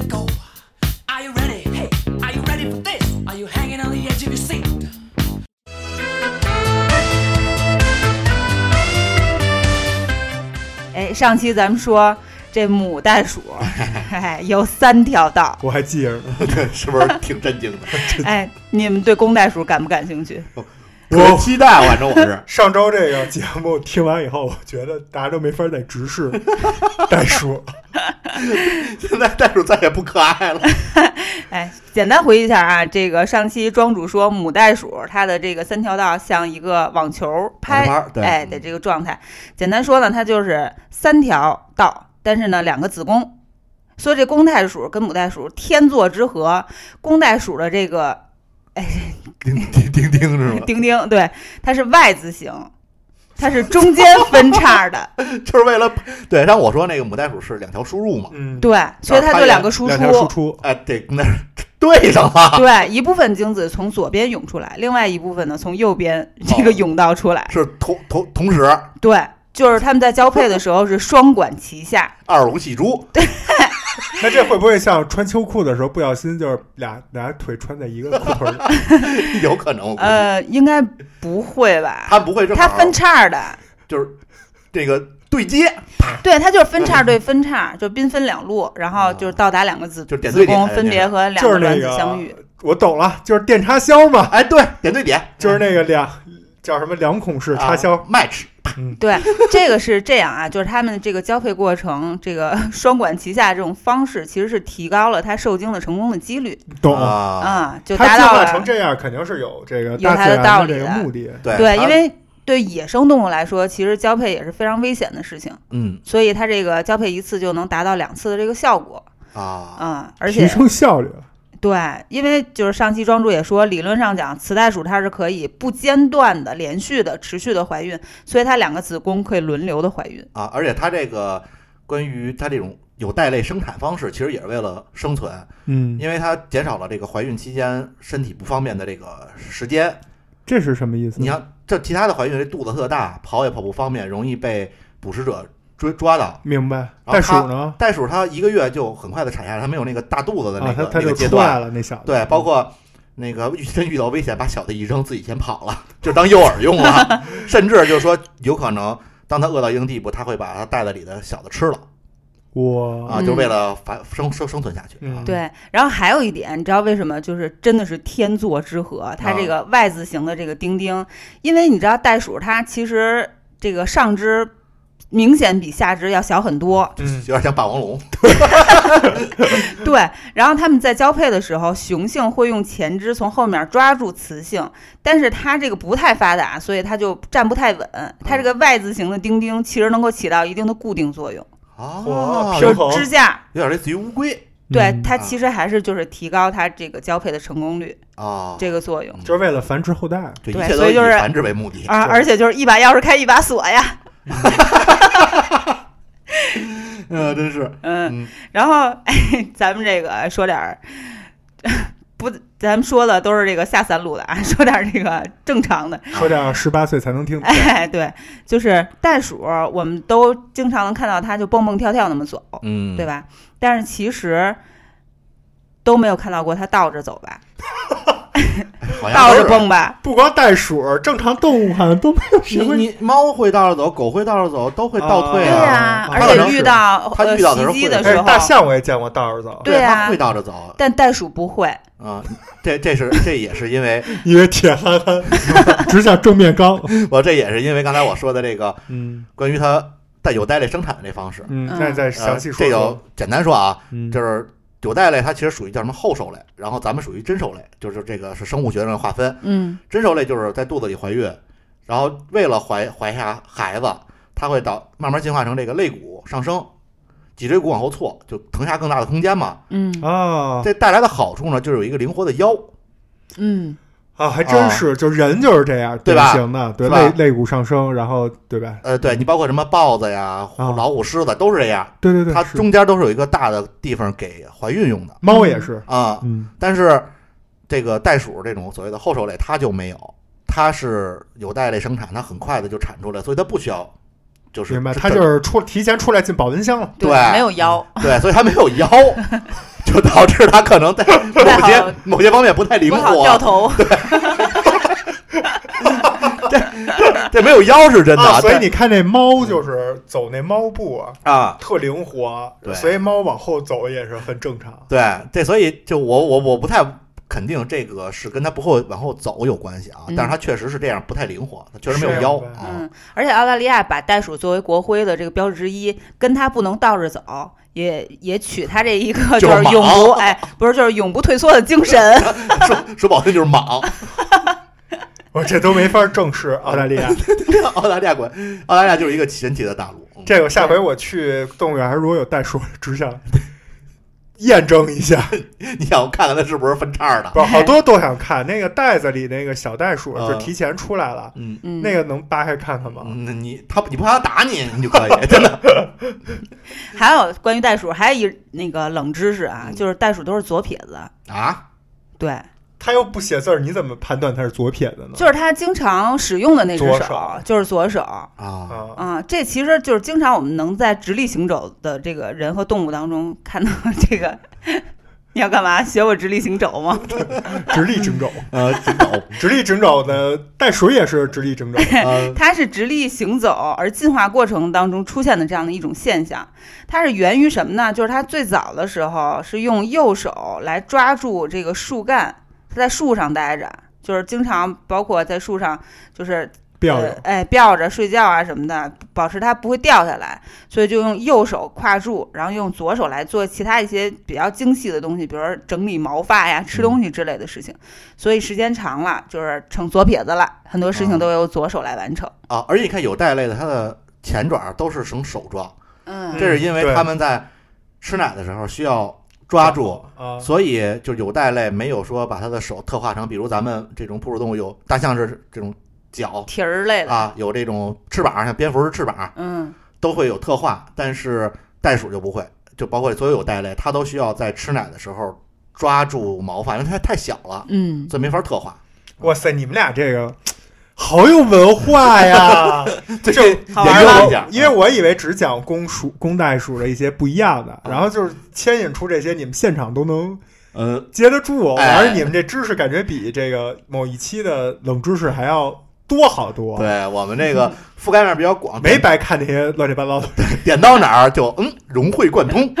to go. Are you ready? Hey, are you ready for this? Are you hanging on the edge of your seat? 哎，上期咱们说这母袋鼠哎，有三条道。我还记着呢， 是不是挺震惊的？哎，你们对公袋鼠感不感兴趣？我期待，啊反正我 是上周这个节目听完以后，我觉得大家都没法再直 视袋鼠。现在袋鼠再也不可爱了。哎，简单回忆一下啊，这个上期庄主说母袋鼠它的这个三条道像一个网球拍网球拍对哎的这个状态。简单说呢，它就是三条道，但是呢两个子宫。说这公袋鼠跟母袋鼠天作之合，公袋鼠的这个叮叮叮叮是吗？丁丁，对，它是 Y 字形，它是中间分叉的， 就是为了对，让我说那个母袋鼠是两条输入嘛。嗯，对，所以它就两个输啊两出，条输出。哎，对，那对上了，对，一部分精子从左边涌出来，另外一部分呢从右边这个甬道出来。是同同同时对，就是他们在交配的时候是双管齐 下，二龙戏珠，那这会不会像穿秋裤的时候不小心就是俩俩腿穿在一个裤腿 儿？有可能。我估计呃，应该不会吧？他不会正好它分 叉的，就是这个对接，对，它就是分叉对分叉，就兵分两路，然后就是到达两个子 就是点子对点宫哎分别和两就是那卵子个啊相遇。我懂了，就是电插销嘛，哎，对，点对点，就是那个两叫什么两孔式插销。嗯啊 match，对， 这个是这样啊，就是他们这个交配过程，这个双管齐下这种方式，其实是提高了它受精的成功的几率懂啊，啊、就它达进到化了成这样，肯定是有这个有大它自的然道的理这个的目的。对对，他因为对野生动物来说，其实交配也是非常危险的事情，嗯所以它这个交配一次就能达到两次的这个效果，啊，嗯，而提且升效率。对，因为就是上期庄主也说，理论上讲，雌袋鼠它是可以不间断的、连续的、持续的怀孕，所以它两个子宫可以轮流的怀孕。嗯啊，而且它这个关于它这种有袋类生产方式，其实也是为了生存，嗯，因为它减少了这个怀孕期间身体不方便的这个时间。这是什么意思？你像这其他的怀孕，这肚子特大，跑也跑不方便，容易被捕食者追抓到。明白？然后袋鼠它呢？袋鼠它一个月就很快的产下来，它没有那个大肚子的那啊，个、它它那个就阶出来段。了，那小子。对，包括那个遇真遇到危险，把小的一扔，自己先跑了，就当诱饵用 了。甚至就是说，有可能当它饿到一定地步，它会把它袋子里的小的吃了。我啊，就为了繁生生生存下去啊嗯。嗯对，然后还有一点，你知道为什么？就是真的是天作之合，它啊这个 Y 字形的这个丁丁，因为你知道袋鼠它其实这个上肢明显比下肢要小很多，嗯有点像霸王龙， 对。然后它们在交配的时候，雄性会用前肢从后面抓住雌性，但是它这个不太发达，所以它就站不太稳。它这个 Y 字形的丁丁其实能够起到一定的固定作用，哦，平有衡支架。点类似于乌龟对嗯它其实还是就是提高它这个交配的成功率啊，这个作用。就是为了繁殖后代。这对一切都所以以就是繁殖为目 的。啊，对而且就是一把钥匙开一把锁呀，嗯，真是嗯，然后、哎、咱们这个说点儿， 不，咱们说的都是这个下三路的啊，说点儿这个正常的，说啊点十八岁 才能听的，哎，对，就是袋鼠，我们都经常能看到它就蹦蹦跳跳那么走，嗯，对？吧？但是其实都没有看到过它倒着走吧，好倒像着是。蹦吧，不光袋鼠，正常动物好像都没有你谁会。你猫会倒着走，狗会倒着走，都会倒退对啊呀、啊而它可且能遇是到它呃遇到的时袭候击会的有哎时，候，大象我也见过倒着走，对呀它会倒着走但袋鼠不会，啊。这这是这也是因为 因为铁憨憨只想正面 刚。我这也是因为刚才我说的这个嗯关于它带有袋类生产的这方式，嗯，嗯再再呃详细说这个说。简单说啊，嗯就是有袋类，它其实属于叫什么后手类，然后咱们属于真手类，就是这个是生物学上的划分。嗯真手类就是在肚子里怀孕，然后为了怀怀下孩子，它会导慢慢进化成这个肋骨上升，脊椎骨往后错，就腾下更大的空间嘛。嗯啊这带来的好处呢，就是有一个灵活的腰，嗯，啊，还真是，就人就是这样，对吧典型的，对是吧肋肋骨上升，然后对吧？呃，对你包括什么豹子呀、虎啊老虎、狮子都是这样，对对对，它是中间都是有一个大的地方给怀孕用的猫也是，啊。嗯但是这个袋鼠这种所谓的后手类，它就没有，它是有袋类生产，它很快的就产出来，所以它不需要，就是明白，这它就是出提前出来进保温箱了，对没有腰，对，所以它没有腰， 就导致它可 能在某些某些方面不太灵不好活。掉 头。这没有腰是真的，啊，所以但你看那嗯猫就是走那猫步啊，啊，特灵活，对所以猫往后走也是很正常。对，这所以就我我我不太肯定这个是跟它不会往后走有关系啊，嗯但是它确实是这样，不太灵活，它确实没是有腰明白啊嗯，而且澳大利亚把袋鼠作为国徽的这个标志之一，跟它不能倒着走，也也取它这一个就就是是永不哎，不是就是永不退缩的精 神。说说不好听就是莽。我这都没法啊证实澳大利亚。 澳大利亚管澳大利亚就是一个神奇的大陆，嗯这个下回我去动物园，如果有袋鼠，只想验证 一下。你想看看它是不是分叉的？不，好多都想看那个袋子里那个小袋鼠，嗯就提前出来了，嗯，嗯，那个能扒开看看吗？嗯那你他你不怕它打你，你就可 以，真的。还有关于袋鼠，还有一那个冷知识啊，嗯就是袋鼠都是左撇子。啊，对，它又不写字儿，你怎么判断它是左撇子呢？就是它经常使用的那只左手手就是左手啊，啊，啊。这其实就是经常我们能在直立行走的这个人和动物当中看到这个。 你要干嘛？学我直立行走吗？直立整肘，呃，真的哦直立整肘的袋鼠也是直立整肘。呃它是直立行走，而进化过程当中出现的这样的一种现象，它是源于什么呢？就是它最早的时候是用右手来抓住这个树干，它在树上待着，就是经常包括在树上，就是吊 呃着，哎，吊着睡觉啊什么的，保持它不会掉下来，所以就用右手挎住，然后用左手来做其他一些比较精细的东西，比如说整理毛发呀、吃东西之类的事情。所以时间长了，就是成左撇子了，很多事嗯情都由左手来完成。啊，而且你看有袋类的，它的前爪都是呈手状，嗯这是因为对它们在吃奶的时候需要抓住。啊，所以就有袋类没有说把它的手特化成，比如咱们这种哺乳动物有大象是这种脚蹄儿类的，啊，有这种翅膀，像蝙蝠是翅膀，嗯都会有特化，但是袋鼠就不会，就包括所有袋类，它都需要在吃奶的时候抓住毛发，因为它太小了，嗯，所以没法特化。哇塞，你们俩这个好有文化 呀！这这研好玩究一下，因为我以为只讲公鼠、公袋鼠的一些不一样啊的，然后就是牵引出这些你们现场都能嗯，接得住，哦哎而你们这知识感觉比这个某一期的冷知识还要多好多。，对我们这个覆盖面比较广，没点白看那些乱七八糟的， 点到哪儿就嗯融会贯通，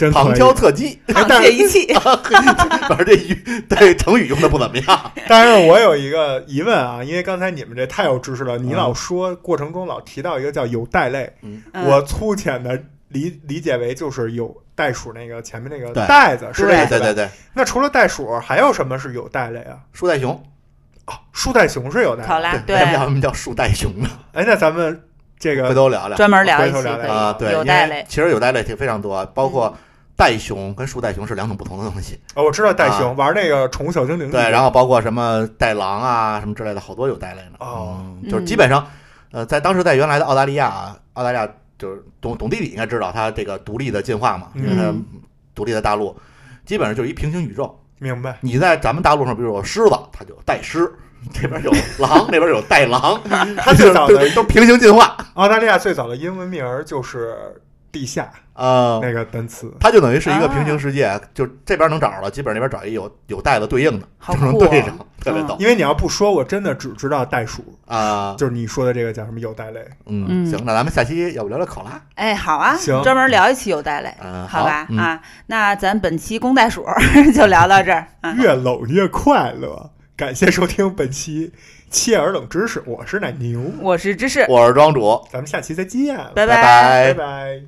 真可旁以。敲侧击。 哎沆但瀣是一气，反正这语这成语用的不怎么样。但是我有一个疑问啊，因为刚才你们这太有知识了，你嗯老说过程中老提到一个叫有袋类，嗯我粗浅的理理解为就是有袋鼠那个前面那个对袋子是这对个对吧对对，那除了袋鼠，还有什么是有袋类啊？树袋熊，啊，树袋熊是有袋考类。拉对，为什么叫他们叫树袋熊呢？哎，那咱们这回个头聊聊。专门聊一回期头聊可以聊啊，对，有因袋为类，其实有袋类挺非常多，包括袋熊跟树袋熊是两种不同的东西。哦，我知道袋熊玩那个宠物小精灵，啊对，然后包括什么带狼啊什么之类的，好多有带类呢。哦嗯，就是基本上，呃，在当时在原来的澳大利亚，啊，澳大利亚就是懂懂地理应该知道，它这个独立的进化嘛，因为它嗯独立的大陆，基本上就是一平行宇宙。明白？你在咱们大陆上，比如有狮子，它就有带狮。这边有狼，那边有带 狼，它最早的都都平行进化。澳大利亚最早的英文名儿就是地下呃，那个单词，它就等于是一个平啊行世界，就这边能找着了，基本上那边找一有有带的对应的，好就能酷对啊上，特别嗯逗因为你要不说，我真的只知道袋鼠，啊。就是你说的这个叫什么有袋类。嗯，嗯行，那咱们下期要不聊聊考拉？哎，好啊，行专门聊一期有袋类，嗯，好吧嗯、啊，那咱本期公袋鼠 就聊到这儿啊，越冷越快乐，感谢收听本期切耳冷知识，我是奶牛，我是芝士，我是庄主，咱们下期再见，拜拜拜拜拜。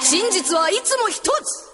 真実はいつも一つ